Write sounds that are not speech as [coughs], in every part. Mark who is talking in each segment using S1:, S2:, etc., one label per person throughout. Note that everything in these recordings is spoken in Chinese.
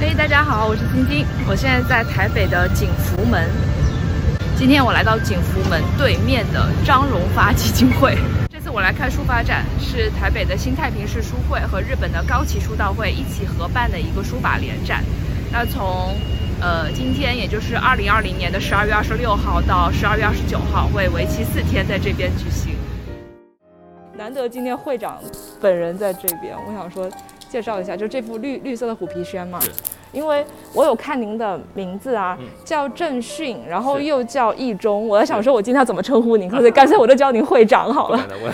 S1: 嘿，大家好，我是晶晶，我现在在台北的景福门。今天我来到景福门对面的张荣发基金会。这次我来看书法展，是台北的新太平市书会和日本的高崎书道会一起合办的一个书法联展。那从呃今天，也就是二零二零年的十二月二十六号到十二月二十九号，会为期四天在这边举行。难得今天会长本人在这边，我想说介绍一下，就这幅绿绿色的虎皮轩嘛
S2: 是，
S1: 因为我有看您的名字啊，
S2: 嗯
S1: 叫郑迅，然后
S2: 是
S1: 又叫易中，我在想说我今天要怎么称呼您，可不可以干脆我就叫您会长好
S2: 不
S1: 了
S2: 敢？的问。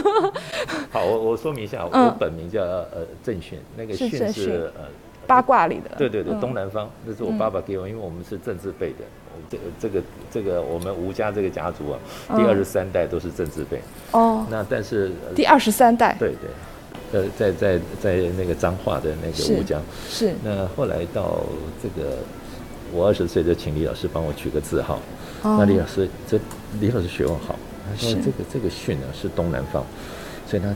S2: [laughs] 好，我我说明一下，
S1: 嗯
S2: 我本名叫呃郑迅，那个
S1: 是
S2: 迅
S1: 郑迅
S2: 是呃，
S1: 八卦里的，
S2: 对对对，
S1: 嗯
S2: 东南方，那是我爸爸给我，因为我们是政治辈的，我这这个这个我们吴家这个家族啊，第
S1: 嗯
S2: 二十三代都是政治辈。
S1: 哦，
S2: 那但是呃
S1: 第二十三代
S2: 对对，呃，在在在那个彰化的那
S1: 是
S2: 个吴家，
S1: 是
S2: 那后来到这个。我二十岁就请李老师帮我取个字号，
S1: 哦嗯
S2: 那李老师这李老师学问好，他说
S1: 是
S2: 这个这个训呢是东南方，所以他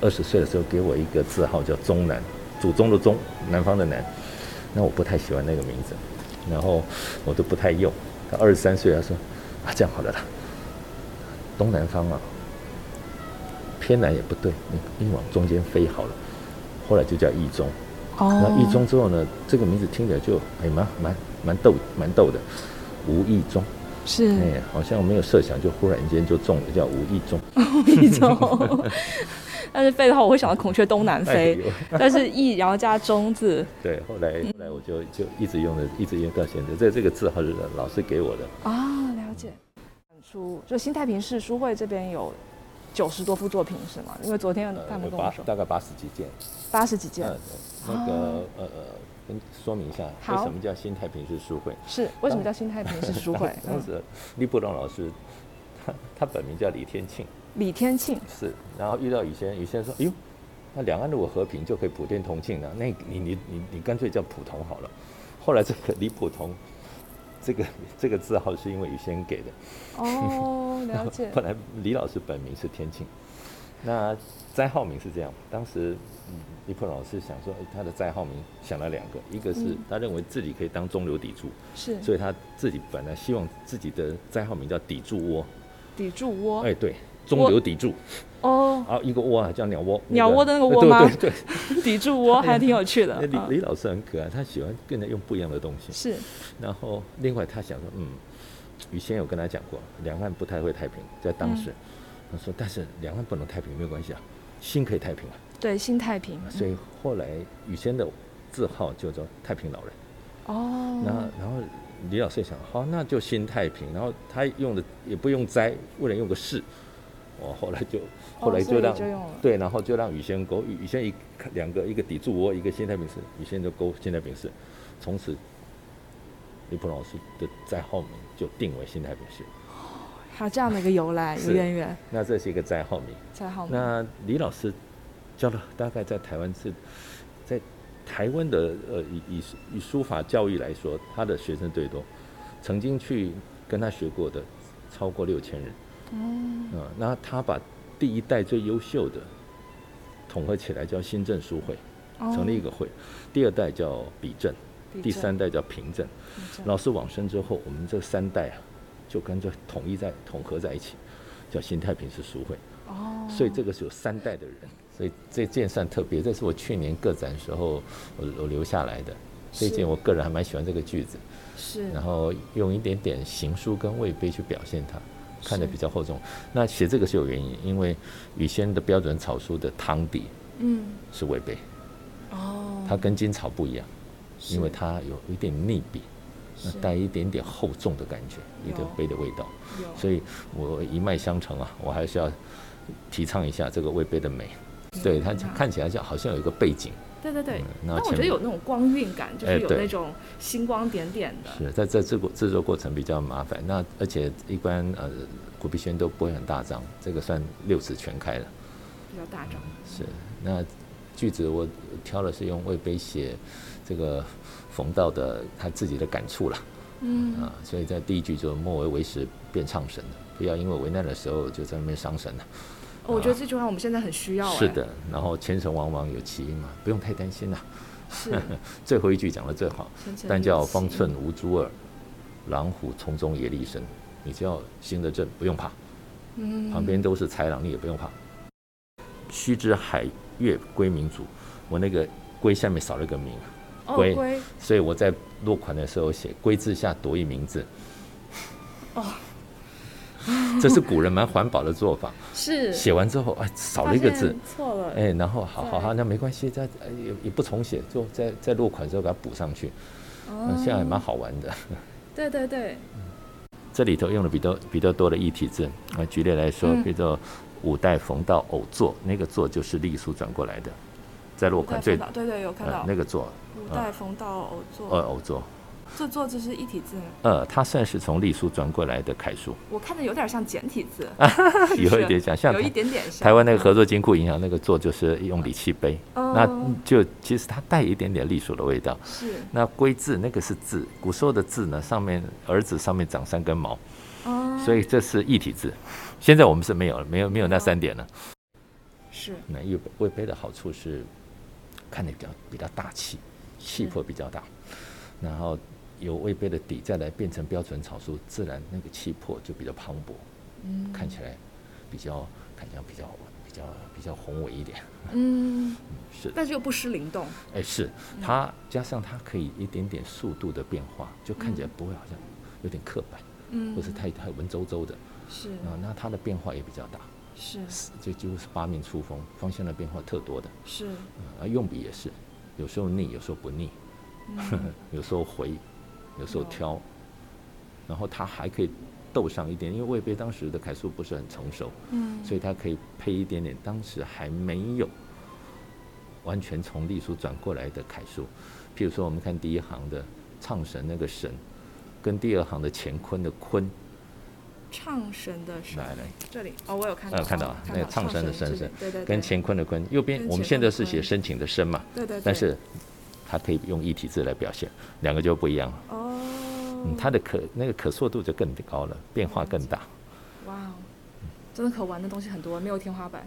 S2: 二十岁的时候给我一个字号叫中南，祖宗的宗，南方的南。那我不太喜欢那个名字，然后我都不太用。他二十三岁，他说啊这样好了啦，东南方啊，偏南也不对，你你往中间飞好了。后来就叫易中，然
S1: 哦
S2: 后，易中之后呢，这个名字听起来就哎蛮蛮蛮逗蛮逗的，吴易中。
S1: 是
S2: 哎、好像我没有设想，就忽然间就中了，叫无意中。
S1: 易中， [laughs] 但是飞的话我会想到孔雀东南飞，
S2: 哎呦
S1: 但是易然后加中字
S2: 对，后来后来我就就一直用的，一直用到现在。这这个字号是老师给我的。
S1: 啊，了解。书就新太平市书会这边有九十多幅作品是吗？因为昨天他们
S2: 有
S1: 跟
S2: 呃八
S1: 我说
S2: 大概八十几件。
S1: 八十几件，
S2: 呃，那个呃呃，跟说明一下，为
S1: 好嗯
S2: 什么叫新太平市书会？？
S1: 是为什么叫新太平市书会
S2: 当时李伯龙老师，他他本名叫李天庆，
S1: 嗯李天庆
S2: [laughs] 是，然后遇到雨轩，雨轩说：“哎呦，那两岸如果和平，就可以普天同庆了。那你你你你干脆叫普同好了。” [laughs] 后来这个李普同，这个这个字号是因为雨轩给的。
S1: 哦，了解
S2: 本来李老师本名是天庆，那斋号名是这样。当时嗯李普同老师想说，哎他的斋号名想了两个，一个是
S1: 嗯
S2: 他认为自己可以当中流砥柱，
S1: 是
S2: 所以他自己本来希望自己的斋号名叫砥柱窝。
S1: 抵住窝
S2: 哎，对，中流砥柱。
S1: 哦，
S2: 啊，一个窝啊，叫鸟窝，
S1: 鸟窝的那个窝
S2: 对
S1: 吗
S2: 对对，
S1: 抵住窝还挺有趣的
S2: 那
S1: 啊
S2: 哎李李老师很可爱，他喜欢跟人用不一样的东西。
S1: 是
S2: 然后另外他想说，嗯，以前有跟他讲过，两岸不太会太平，在当
S1: 嗯
S2: 时，他说，但是两岸不能太平没有关系啊，心可以太平啊。
S1: 对新太平
S2: 所以后来雨谦的字号就叫太平老人。
S1: 哦，
S2: 那然后李老师也想，好，那就新太平。然后他用的也不用斋，为了用个市，我后来就后来
S1: 哦所
S2: 就
S1: 以
S2: 让、
S1: 就用了
S2: 对，然后就让宇轩勾宇宇轩一两个，一个抵住窝，一个新太平市，宇轩就勾新太平市，从此李普老师的斋号名就定为新太平市。
S1: 还有这样的一个由来，有
S2: 是
S1: 渊源
S2: 那这是一个斋号名。
S1: 才好吗？
S2: 那李老师教了大概在台湾是，在台湾的呃以以以书法教育来说，他的学生最多，曾经去跟他学过的超过六千人。
S1: 嗯
S2: 啊、那他把第一代最优秀的统合起来叫新政书会，
S1: 哦
S2: 成立一个会；第二代叫比政，
S1: 比
S2: 第
S1: 正
S2: 三代叫平政。
S1: 比正
S2: 老师往生之后，我们这三代啊，就跟着统一在统合在一起，叫新太平市书会。
S1: 哦，
S2: 所以这个是有三代的人，所以这件算特别，这是我去年个展时候我我留下来的。这
S1: 是
S2: 件我个人还蛮喜欢这个句子，
S1: 是
S2: 然后用一点点行书跟位碑去表现它，看得
S1: 是
S2: 比较厚重。那写这个是有原因，因为雨仙的标准草书的汤底
S1: 嗯
S2: 是位碑，
S1: 哦，
S2: 它跟金草不一样，
S1: 是
S2: 因为它有一点逆笔，那
S1: 是
S2: 带一点点厚重的感觉，一个
S1: 有
S2: 碑的味道。
S1: 有
S2: 所以我一脉相承啊，我还是要提倡一下这个魏碑的美。
S1: 嗯
S2: 对它看起来像好像有一个背景，
S1: 对对对
S2: 嗯，
S1: 但
S2: 那
S1: 我
S2: 前
S1: 觉得
S2: 面
S1: 有那种光晕感，就
S2: 哎
S1: 是有
S2: 对
S1: 那种星光点点的。
S2: 是在在制作制作过程比较麻烦。那而且一般呃古币轩都不会很大张，这个算六尺全开了。
S1: 比较大张。
S2: 是那句子我挑的是用魏碑写这个冯道的他自己的感触啦。
S1: 嗯，
S2: 啊，所以在第一句就莫为为时便唱神了，不要因为为难的时候就在那边伤神了。啊
S1: 哦我觉得这句话我们现在很需要。
S2: 是，的，然后千神往往有其音嘛，不用太担心啦。啊
S1: 哎是
S2: 最后一句讲的最好
S1: 前程，
S2: 但
S1: 似
S2: 叫
S1: 锦
S2: 方寸无珠耳，狼虎从中也厉声。你只要行得正，不用怕，
S1: 嗯，
S2: 旁边都是豺狼，你也不用怕。须知海月归民主，我那个龟下面少了个民，
S1: 哦
S2: 龟
S1: 龟
S2: 所以我在落款的时候写“龟字下夺一名字”。哦， [laughs] 这是古人蛮环保的做法。
S1: 是
S2: 写完之后，哎，少了一个字
S1: 发现，错了，
S2: 哎，然后好好好，
S1: 对
S2: 那没关系，再呃也也不重写，就在在落款的时候给它补上去，
S1: 哦
S2: 那这样也蛮好玩的。
S1: 对对对，
S2: 这里头用的比较比较多的异体字啊，举例来说，
S1: 嗯
S2: 比如说五代冯道偶作，那个作就是隶书转过来的，在落款
S1: 对
S2: 最
S1: 对对有看
S2: 呃
S1: 到哦
S2: 那个作
S1: 五代冯道偶
S2: 呃
S1: 作，
S2: 偶作，
S1: 这作字是一体字吗，
S2: 呃，它算是从隶书转过来的楷书，
S1: 我看着有点像简体字， [laughs] 是不
S2: 有一
S1: 是
S2: 点像啊像
S1: 有一
S2: 台
S1: 点点像
S2: 台湾那个合作金库银行那个作就是用礼器碑，
S1: 哦
S2: 那就其实它带一点点隶书的味道。
S1: 是
S2: 那龟字那个是字，古时候的字呢，上面儿子上面长三根毛，
S1: 哦，
S2: 所以这是异体字。现在我们是没有了，没有没有那三点了。
S1: 是
S2: 那玉魏碑的好处是，看得比较比较大气，气魄比较大，然后由魏碑的底再来变成标准草书，自然那个气魄就比较磅礴，
S1: 嗯
S2: 看起来比较看起来比较比较比较宏伟一点。
S1: 嗯，
S2: 是的。
S1: 但是又不失灵动，
S2: 哎，是它加上它可以一点点速度的变化，就看起来不会好像有点刻板，
S1: 嗯
S2: 或是太太文绉绉的
S1: 是
S2: 啊。那它的变化也比较大，
S1: 是
S2: 是就几乎是八面出风，方向的变化特多的。
S1: 是，
S2: 啊，用笔也是，有时候腻，有时候不腻， [laughs]
S1: 嗯
S2: 有时候回，有时候
S1: 哦
S2: 挑，然后它还可以斗上一点，因为魏碑当时的楷书不是很成熟，
S1: 嗯
S2: 所以它可以配一点点当时还没有完全从隶书转过来的楷书，譬如说我们看第一行的唱神那个神，跟第二行的乾坤的坤，
S1: 唱神的神，
S2: 来来，
S1: 这里哦，我有看
S2: 啊
S1: 到，
S2: 看到
S1: 哦
S2: 啊那个唱神的神
S1: 之
S2: 是
S1: 类对对对，
S2: 跟乾坤的坤，右边
S1: 跟
S2: 我们
S1: 乾
S2: 现在
S1: 坤
S2: 是写
S1: 坤
S2: 申请的申嘛，
S1: 对对，
S2: 但
S1: 对
S2: 是它可以用异体字来表现，两个就不一样了。
S1: 哦，
S2: 嗯，它的可那个可塑度就更高了，变化更大。
S1: 哇哦，真的可玩的东西很多，没有天花
S2: [laughs]
S1: 板，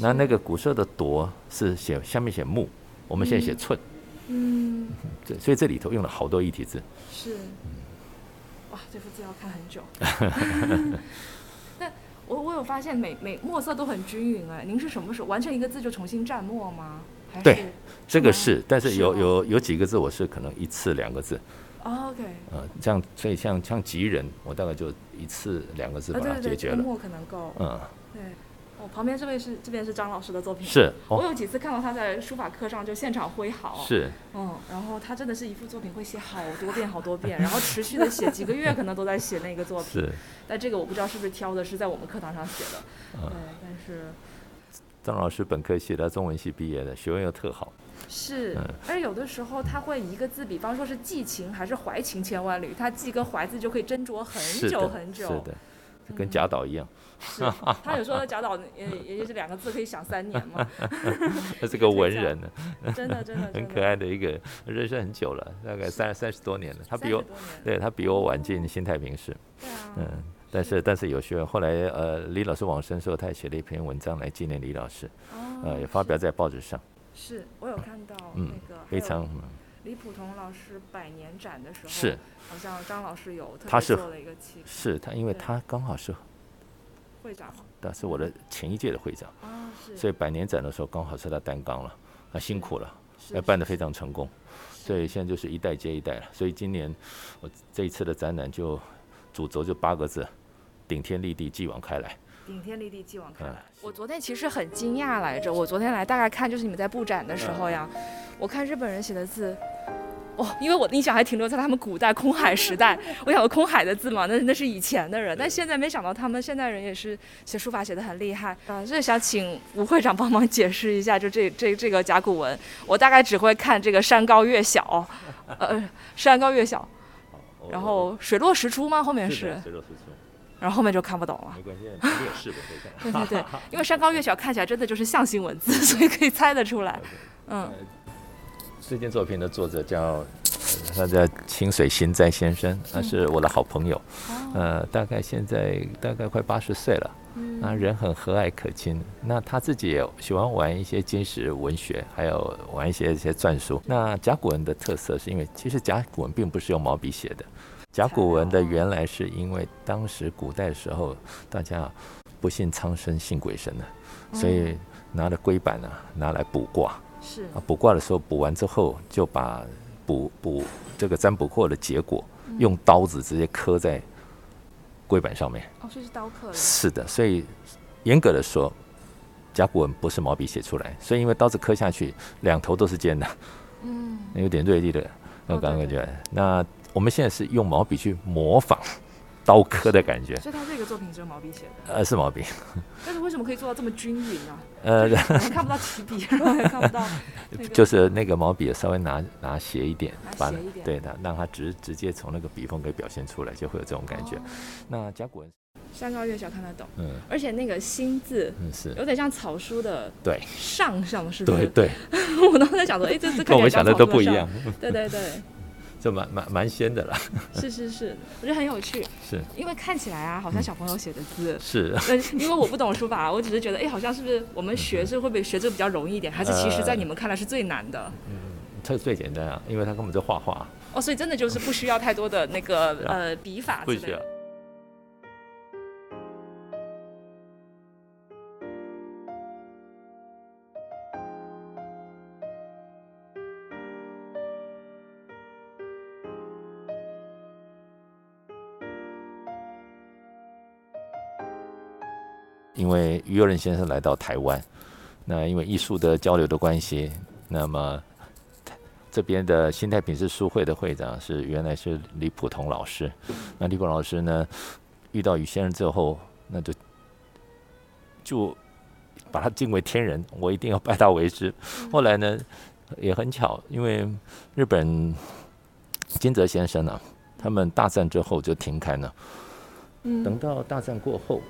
S2: 那那个古色的夺是写下面写木，我们现在写寸，
S1: 嗯，
S2: 对，所以这里头用了好多异体字。
S1: 是，哇，这幅字要看很久。 [laughs] 那我我有发现每每墨色都很均匀哎，您是什么时候完成一个字就重新蘸墨吗？还是
S2: 对这个
S1: 吗
S2: 是，但是
S1: 嗯是哦
S2: 有
S1: 吗
S2: 有有几个字我是可能一次两个字，
S1: 哦，OK，
S2: 呃，这样所以像像吉人，我大概就一次两个字
S1: 啊
S2: 把
S1: 对
S2: 它
S1: 对
S2: 解
S1: 对，
S2: 决
S1: 这个
S2: 了。
S1: 墨可能够，
S2: 嗯，
S1: 对。哦，旁边这位是这边是张老师的作品，
S2: 是
S1: 我
S2: 哦，
S1: 有几次看到他在书法课上就现场挥毫，，
S2: 是
S1: 嗯，然后他真的是一幅作品会写好多遍好多
S2: [laughs]
S1: 遍，然后持续的写几个月，可能都在写那个作品。
S2: 是，
S1: 但这个我不知道是不是挑的，是在我们课堂上写的，
S2: 嗯
S1: 对，但是
S2: 张老师本科系的，中文系毕业的，学问又特好。
S1: 是
S2: 嗯，
S1: 而有的时候他会一个字，比方说是寄情还是怀情千万缕，他寄跟怀字就可以斟酌
S2: 是
S1: 很久
S2: 的，
S1: 很
S2: 是
S1: 久。嗯
S2: 的，就跟贾岛一
S1: [laughs]
S2: 样，
S1: 是他有时候贾岛也呃也就是两个字可以想三年
S2: [laughs]
S1: 嘛，
S2: 他是个文人呢。
S1: 真的真的真
S2: 很
S1: 的。
S2: 可爱的一个，认识很久了，大概三三十多年了。他比我
S1: 30多年，
S2: 对他比我晚进新太平市，
S1: 对啊，
S2: 嗯，但是但是有学问。后来呃，李老师往生的时候，他也写了一篇文章来纪念李老师，
S1: 哦
S2: 呃，也发表在报纸上，
S1: 是我有看到
S2: 嗯
S1: 那个，
S2: 非常
S1: 李普同老师百年展的时候，
S2: 是
S1: 好像张老师有特
S2: 他
S1: 别
S2: 是
S1: 做了一个企
S2: 是他，因为
S1: 对
S2: 他刚好是
S1: 会长
S2: 他是我的前一届的会长，
S1: 啊，是
S2: 所以百年展的时候刚好是他担纲了，啊，辛苦了，
S1: 是
S2: 哎，办得非常成功，所以现在就是一代接一代了。所以今年我这一次的展览就主轴就八个字：顶天立地，继往开来。
S1: 顶天立地，继往开
S2: 嗯
S1: 来。我昨天其实很惊讶来着，我昨天来大概看就是你们在布展的时
S2: 嗯
S1: 候呀，我看日本人写的字。哇、因为我的印象还停留在他们古代空海时
S2: [laughs]
S1: 代，我想到空海的字嘛，那那是以前的人，但现在没想到他们现代人也是写书法写的很厉害
S2: 嗯
S1: 啊。这想请吴会长帮忙解释一下，就这这这个甲骨文，我大概只会看这个山高月小，呃，山高月小，
S2: 哦
S1: 然后水落石出吗？后面
S2: 是
S1: 是
S2: 的，水落石出，
S1: 然后后面就看不懂了。
S2: 没关系，劣势我会看。
S1: 对对
S2: [laughs]
S1: 对，因为山高月小看起来真的就是象形文字， [laughs] 所以可以猜得出来。嗯，
S2: 这件作品的作者叫，呃他叫清水行哉先生，他是我的好朋友。呃，大概现在大概快八十岁了，那人很和蔼可亲。那他自己也喜欢玩一些金石文学，还有玩一些一些篆书。那甲骨文的特色是因为，其实甲骨文并不是用毛笔写的，甲骨文的原来是因为当时古代的时候，大家不信苍生，信鬼神呢、
S1: 嗯
S2: 所以拿了龟板啊，拿来卜卦。
S1: 是
S2: 啊，卜卦的时候卜完之后，就把卜卜这个占卜或的结果，
S1: 嗯
S2: 用刀子直接刻在龟板上面。
S1: 哦，这是刀刻的，
S2: 是的，所以严格的说，甲骨文不是毛笔写出来，所以因为刀子刻下去，两头都是尖的，
S1: 嗯，
S2: 有点锐利的那种
S1: 哦对
S2: 感觉。那我们现在是用毛笔去模仿刀刻的感觉，
S1: 所以他这个作品只有毛笔写的，
S2: 呃，是毛笔，
S1: 但是为什么可以做到这么均匀啊？
S2: 呃，
S1: 我们看不到起笔， [laughs] 然后也看不到那个，
S2: [laughs] 就是那个毛笔稍微拿拿斜一点，
S1: 拿
S2: 把
S1: 斜一点
S2: 对的，让它直直接从那个笔锋给表现出来，就会有这种感觉。
S1: 哦
S2: 那甲骨文，
S1: 山高越小看得懂，
S2: 嗯
S1: 而且那个“心”字
S2: 嗯是，
S1: 有点像草书的
S2: 对
S1: “上”上，是不
S2: 对
S1: 是？ [laughs]
S2: 对，
S1: 我当时在想说，哎，这字
S2: 跟
S1: 看
S2: 我
S1: 起来像
S2: 们想的
S1: 草
S2: 都
S1: 书
S2: 不一
S1: 上
S2: 样，
S1: 对对对，
S2: 就蛮蛮蛮鲜的啦，
S1: 是是
S2: [laughs]
S1: 是，我觉得很有趣，
S2: 是嗯
S1: 因为看起来啊，好像小朋友写的字。
S2: 是。 [laughs]
S1: 呃，因为我不懂书法，我只是觉得，哎，好像是不是我们学这会不会学这个比较容易一点，还是其实
S2: 呃
S1: 在你们看来是最难的？
S2: 这最简单啊，因为他根本就画画，
S1: 哦，所以真的就是不需要太多的那个
S2: 对啊
S1: 呃笔法
S2: 不
S1: 之
S2: 需
S1: 类
S2: 要
S1: 的。。
S2: 因为于右任先生来到台湾，那因为艺术的交流的关系，那么这边的新太平市书会的会长是原来是李普同老师，那李普老师呢遇到于先生之后，那就就把他敬为天人，我一定要拜他为师。
S1: 嗯
S2: 后来呢也很巧，因为日本金泽先生呢、他们大战之后就停刊了。等
S1: 嗯
S2: 到大战过后，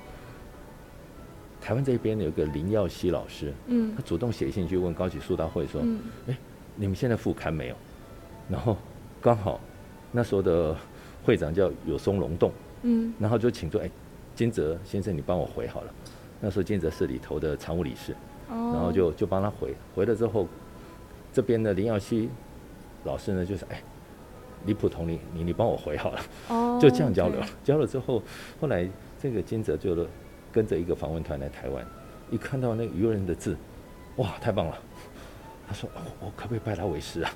S2: 台湾这边有个林耀熙老师，
S1: 嗯
S2: 他主动写信去问高级疏导会说：“
S1: 嗯，
S2: 你们现在复刊没有？”然后刚好那时候的会长叫有松隆栋，
S1: 嗯
S2: 然后就请说：“哎，金泽先生，你帮我回好了。”那时候金泽市里头的常务理事，
S1: 哦
S2: 然后就就帮他回，回了之后，这边的林耀熙老师呢就是哎，李普同你你你帮我回好了。
S1: 哦
S2: 就这样交流
S1: 对，
S2: 交流之后，后来这个金泽就跟着一个访问团来台湾，一看到那个渔人的字，哇，太棒了！他说：“哦，我可不可以拜他为师啊？”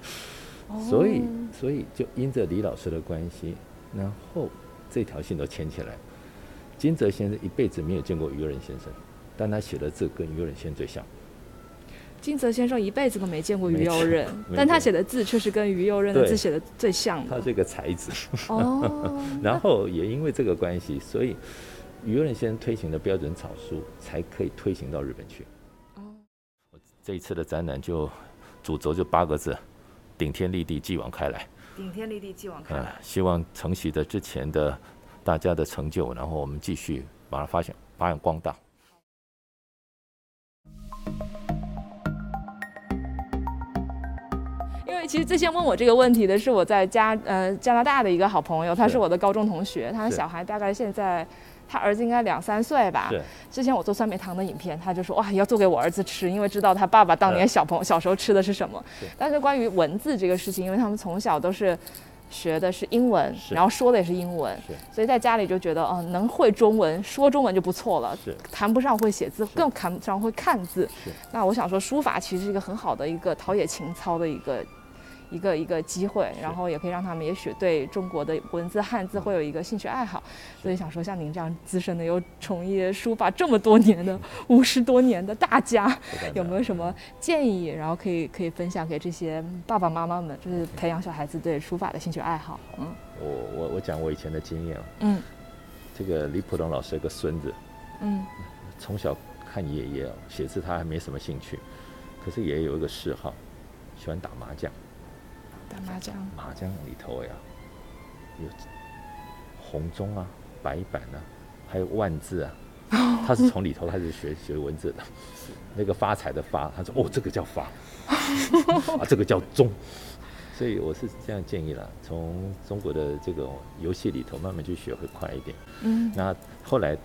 S1: 哦
S2: 所以，所以就因着李老师的关系，然后这条线都牵起来。金泽先生一辈子没有见过渔人先生，但他写的字跟渔人先生最像。
S1: 金泽先生一辈子都没见过
S2: 没
S1: 于右
S2: 见
S1: 任
S2: 过，没
S1: 但他
S2: 见
S1: 写的字却是跟于右任的
S2: 对
S1: 字写的最像
S2: 他
S1: 的。
S2: 是一个才子，
S1: 哦，
S2: [laughs] 然后也因为这个关系，所以渔人先生推行的标准草书才可以推行到日本去。
S1: 哦
S2: 这一次的展览就主轴就八个字：顶天立地，继往开来。
S1: 顶天立地，继往
S2: 啊、希望承袭着之前的大家的成就，然后我们继续把它发扬发扬光大。
S1: 因为其实最先问我这个问题的是我在加呃加拿大的一个好朋友，他是
S2: 是
S1: 我的高中同学，他的
S2: 是
S1: 小孩大概现在。他儿子应该两三岁吧。
S2: 是
S1: 之前我做酸梅汤的影片，他就说哇，要做给我儿子吃，因为知道他爸爸当年小朋友、小时候吃的是什么
S2: 是。
S1: 但是关于文字这个事情，因为他们从小都是学的是英文，
S2: 是
S1: 然后说的也是英文，
S2: 是
S1: 所以在家里就觉得哦、能会中文，说中文就不错了。
S2: 是
S1: 谈不上会写字，更谈不上会看字
S2: 是。
S1: 那我想说，书法其实是一个很好的一个陶冶情操的一个一个一个机会，然后也可以让他们也许对中国的文字汉字会有一个兴趣爱好。所以想说，像您这样资深的又从业书法这么多年的五十多年的大家，
S2: 不敢
S1: 有
S2: 当
S1: 没有什么建议，然后可以可以分享给这些爸爸妈妈们，就是培养小孩子对书法的兴趣爱好？嗯
S2: 我我我讲我以前的经验啊，
S1: 嗯
S2: 这个李普龙老师有个孙子，
S1: 嗯
S2: 从小看爷爷哦写字，他还没什么兴趣，可是爷爷有一个嗜好，喜欢打麻将。
S1: 打麻将，
S2: 麻将里头呀，有红中啊、白板啊，还有万字啊，他是从里头开始学学文字的。那个发财的发，他说哦，这个叫发，啊，这个叫中，所以我是这样建议啦，从中国的这种游戏里头慢慢去学会快一点。
S1: 嗯
S2: 那后来，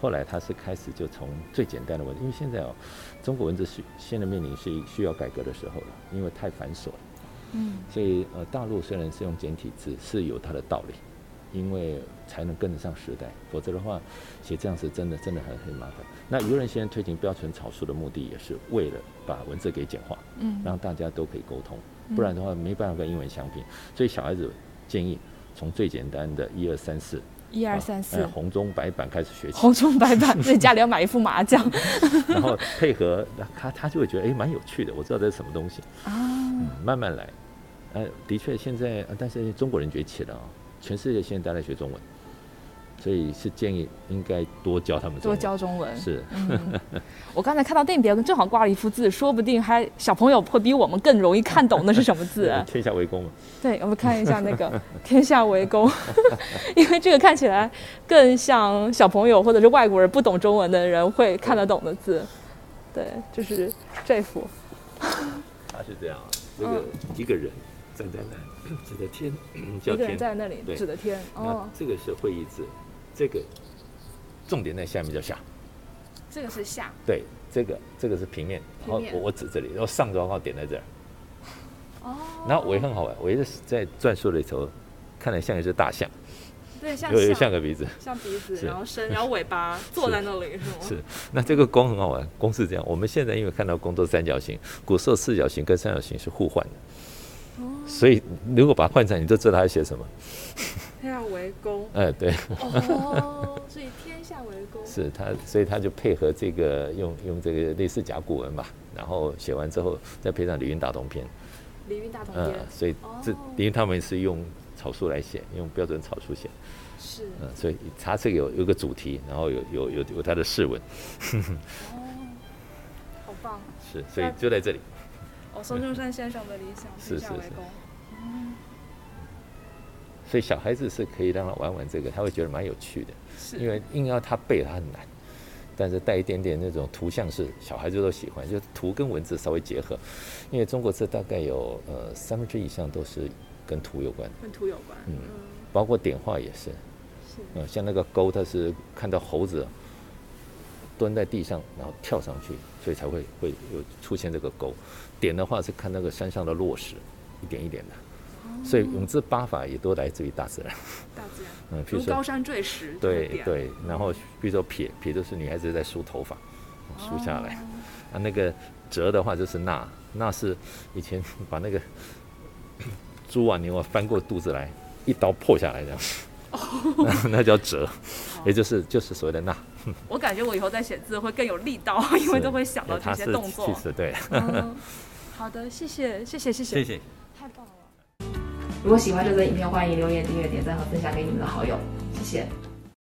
S2: 后来他是开始就从最简单的文字，因为现在哦，中国文字是现在面临是需要改革的时候了，因为太繁琐了。
S1: 嗯
S2: 所以呃，大陆虽然是用简体字是有它的道理，因为才能跟得上时代，否则的话写这样子真的真的很很麻烦。那舆论先推行标准草书的目的也是为了把文字给简化，
S1: 嗯
S2: 让大家都可以沟通，不然的话没办法跟英文相比。所以小孩子建议从最简单的一二三四，
S1: 一
S2: 啊
S1: 二三四
S2: 呃，红中白板开始学起，
S1: 红中白
S2: [laughs]
S1: 板，在家里要买一副麻将
S2: 然后配合他他就会觉得哎蛮有趣的，我知道这是什么东西。
S1: 啊，
S2: 嗯慢慢来。呃，的确，现在呃但是中国人崛起了啊、全世界现在都在学中文，所以是建议应该多教他们中
S1: 多
S2: 文。
S1: 教中文。
S2: 是，
S1: 嗯，我刚才看到那边正好挂了一幅字，说不定还小朋友会比我们更容易看懂那是什啊么字。
S2: [laughs] 天下为公嘛。
S1: 对，我们看一下那个 [laughs] “天下为公”， [laughs] 因为这个看起来更像小朋友或者是外国人不懂中文的人会看得懂的字。对，就是这幅。
S2: 他是这样啊，这个一个人站在那，指着天，叫
S1: 嗯一个人
S2: 天。
S1: 在那里
S2: 对
S1: 指的天。
S2: 那
S1: 哦，
S2: 这个是会意字，这个重点在下面叫下。
S1: 这个是下。
S2: 对，这个这个是平面，然后
S1: 平面
S2: 我我指这里，然后上的话点在这儿。
S1: 哦，
S2: 然后我也很好玩，我也是在篆书里头，看得像一只大象，
S1: 对，像
S2: 有有
S1: 像
S2: 像个鼻子。
S1: 像鼻子，
S2: 是
S1: 然后身，然后尾巴，坐在那里是吗？
S2: 是，那这个弓很好玩，弓是这样。我们现在因为看到弓都三角形，古时候四角形跟三角形是互换的，
S1: 哦
S2: 所以如果把它换成，你就知道它写什么。
S1: 天下为公。
S2: 哎，对， [laughs]
S1: 哦，所以天下为公。
S2: 是它，所以它就配合这个用用这个类似甲骨文嘛，然后写完之后再配上李云大同篇，
S1: 鲤鱼大同
S2: 嗯
S1: 篇、，
S2: 所以这
S1: 哦
S2: 李云他们是用草书来写，用标准草书写，
S1: 是
S2: 嗯，所以它这个有有个主题，然后有有有有它的释文，
S1: 哦，好棒！
S2: 是，所以就在这里。
S1: 哦，孙中山先生的理想，
S2: 嗯是
S1: 天下
S2: 是
S1: 为
S2: 是
S1: 公。嗯
S2: 所以小孩子是可以让他玩玩这个，他会觉得蛮有趣的。
S1: 是
S2: 因为硬要他背他很难，但是带一点点那种图像式，小孩子都喜欢，就是图跟文字稍微结合。因为中国字大概有呃三分之一以上都是跟图有关的，
S1: 跟图有关。
S2: 嗯包括点画也是。
S1: 是
S2: 呃，像那个勾，它是看到猴子蹲在地上，然后跳上去，所以才会会有出现这个勾。点的话是看那个山上的落石，一点一点
S1: 哦
S2: 的。所以永字八法也都来自于大自然。
S1: 大自然，
S2: 嗯，譬如
S1: 如
S2: 说
S1: 高山坠石。
S2: 对对，然后
S1: 哦
S2: 比如说撇撇就是女孩子在梳头发，梳下来、啊，那个折的话就是捺，捺是以前 [laughs] 把那个 [coughs] 猪啊牛啊翻过肚子来，一刀破下来这样，
S1: 哦
S2: [laughs] 那那叫折，也就是就是所谓的捺，
S1: 我感觉我以后在写字会更有力道，因为
S2: 是
S1: 都会想到这
S2: 它
S1: 些
S2: 是
S1: 动作
S2: 其。实对，
S1: 嗯，好的，谢谢，谢谢，谢谢，
S2: 谢谢。
S1: 太棒了！如果喜欢这则影片，欢迎留言、订阅、点赞和分享给你们的好友，谢谢。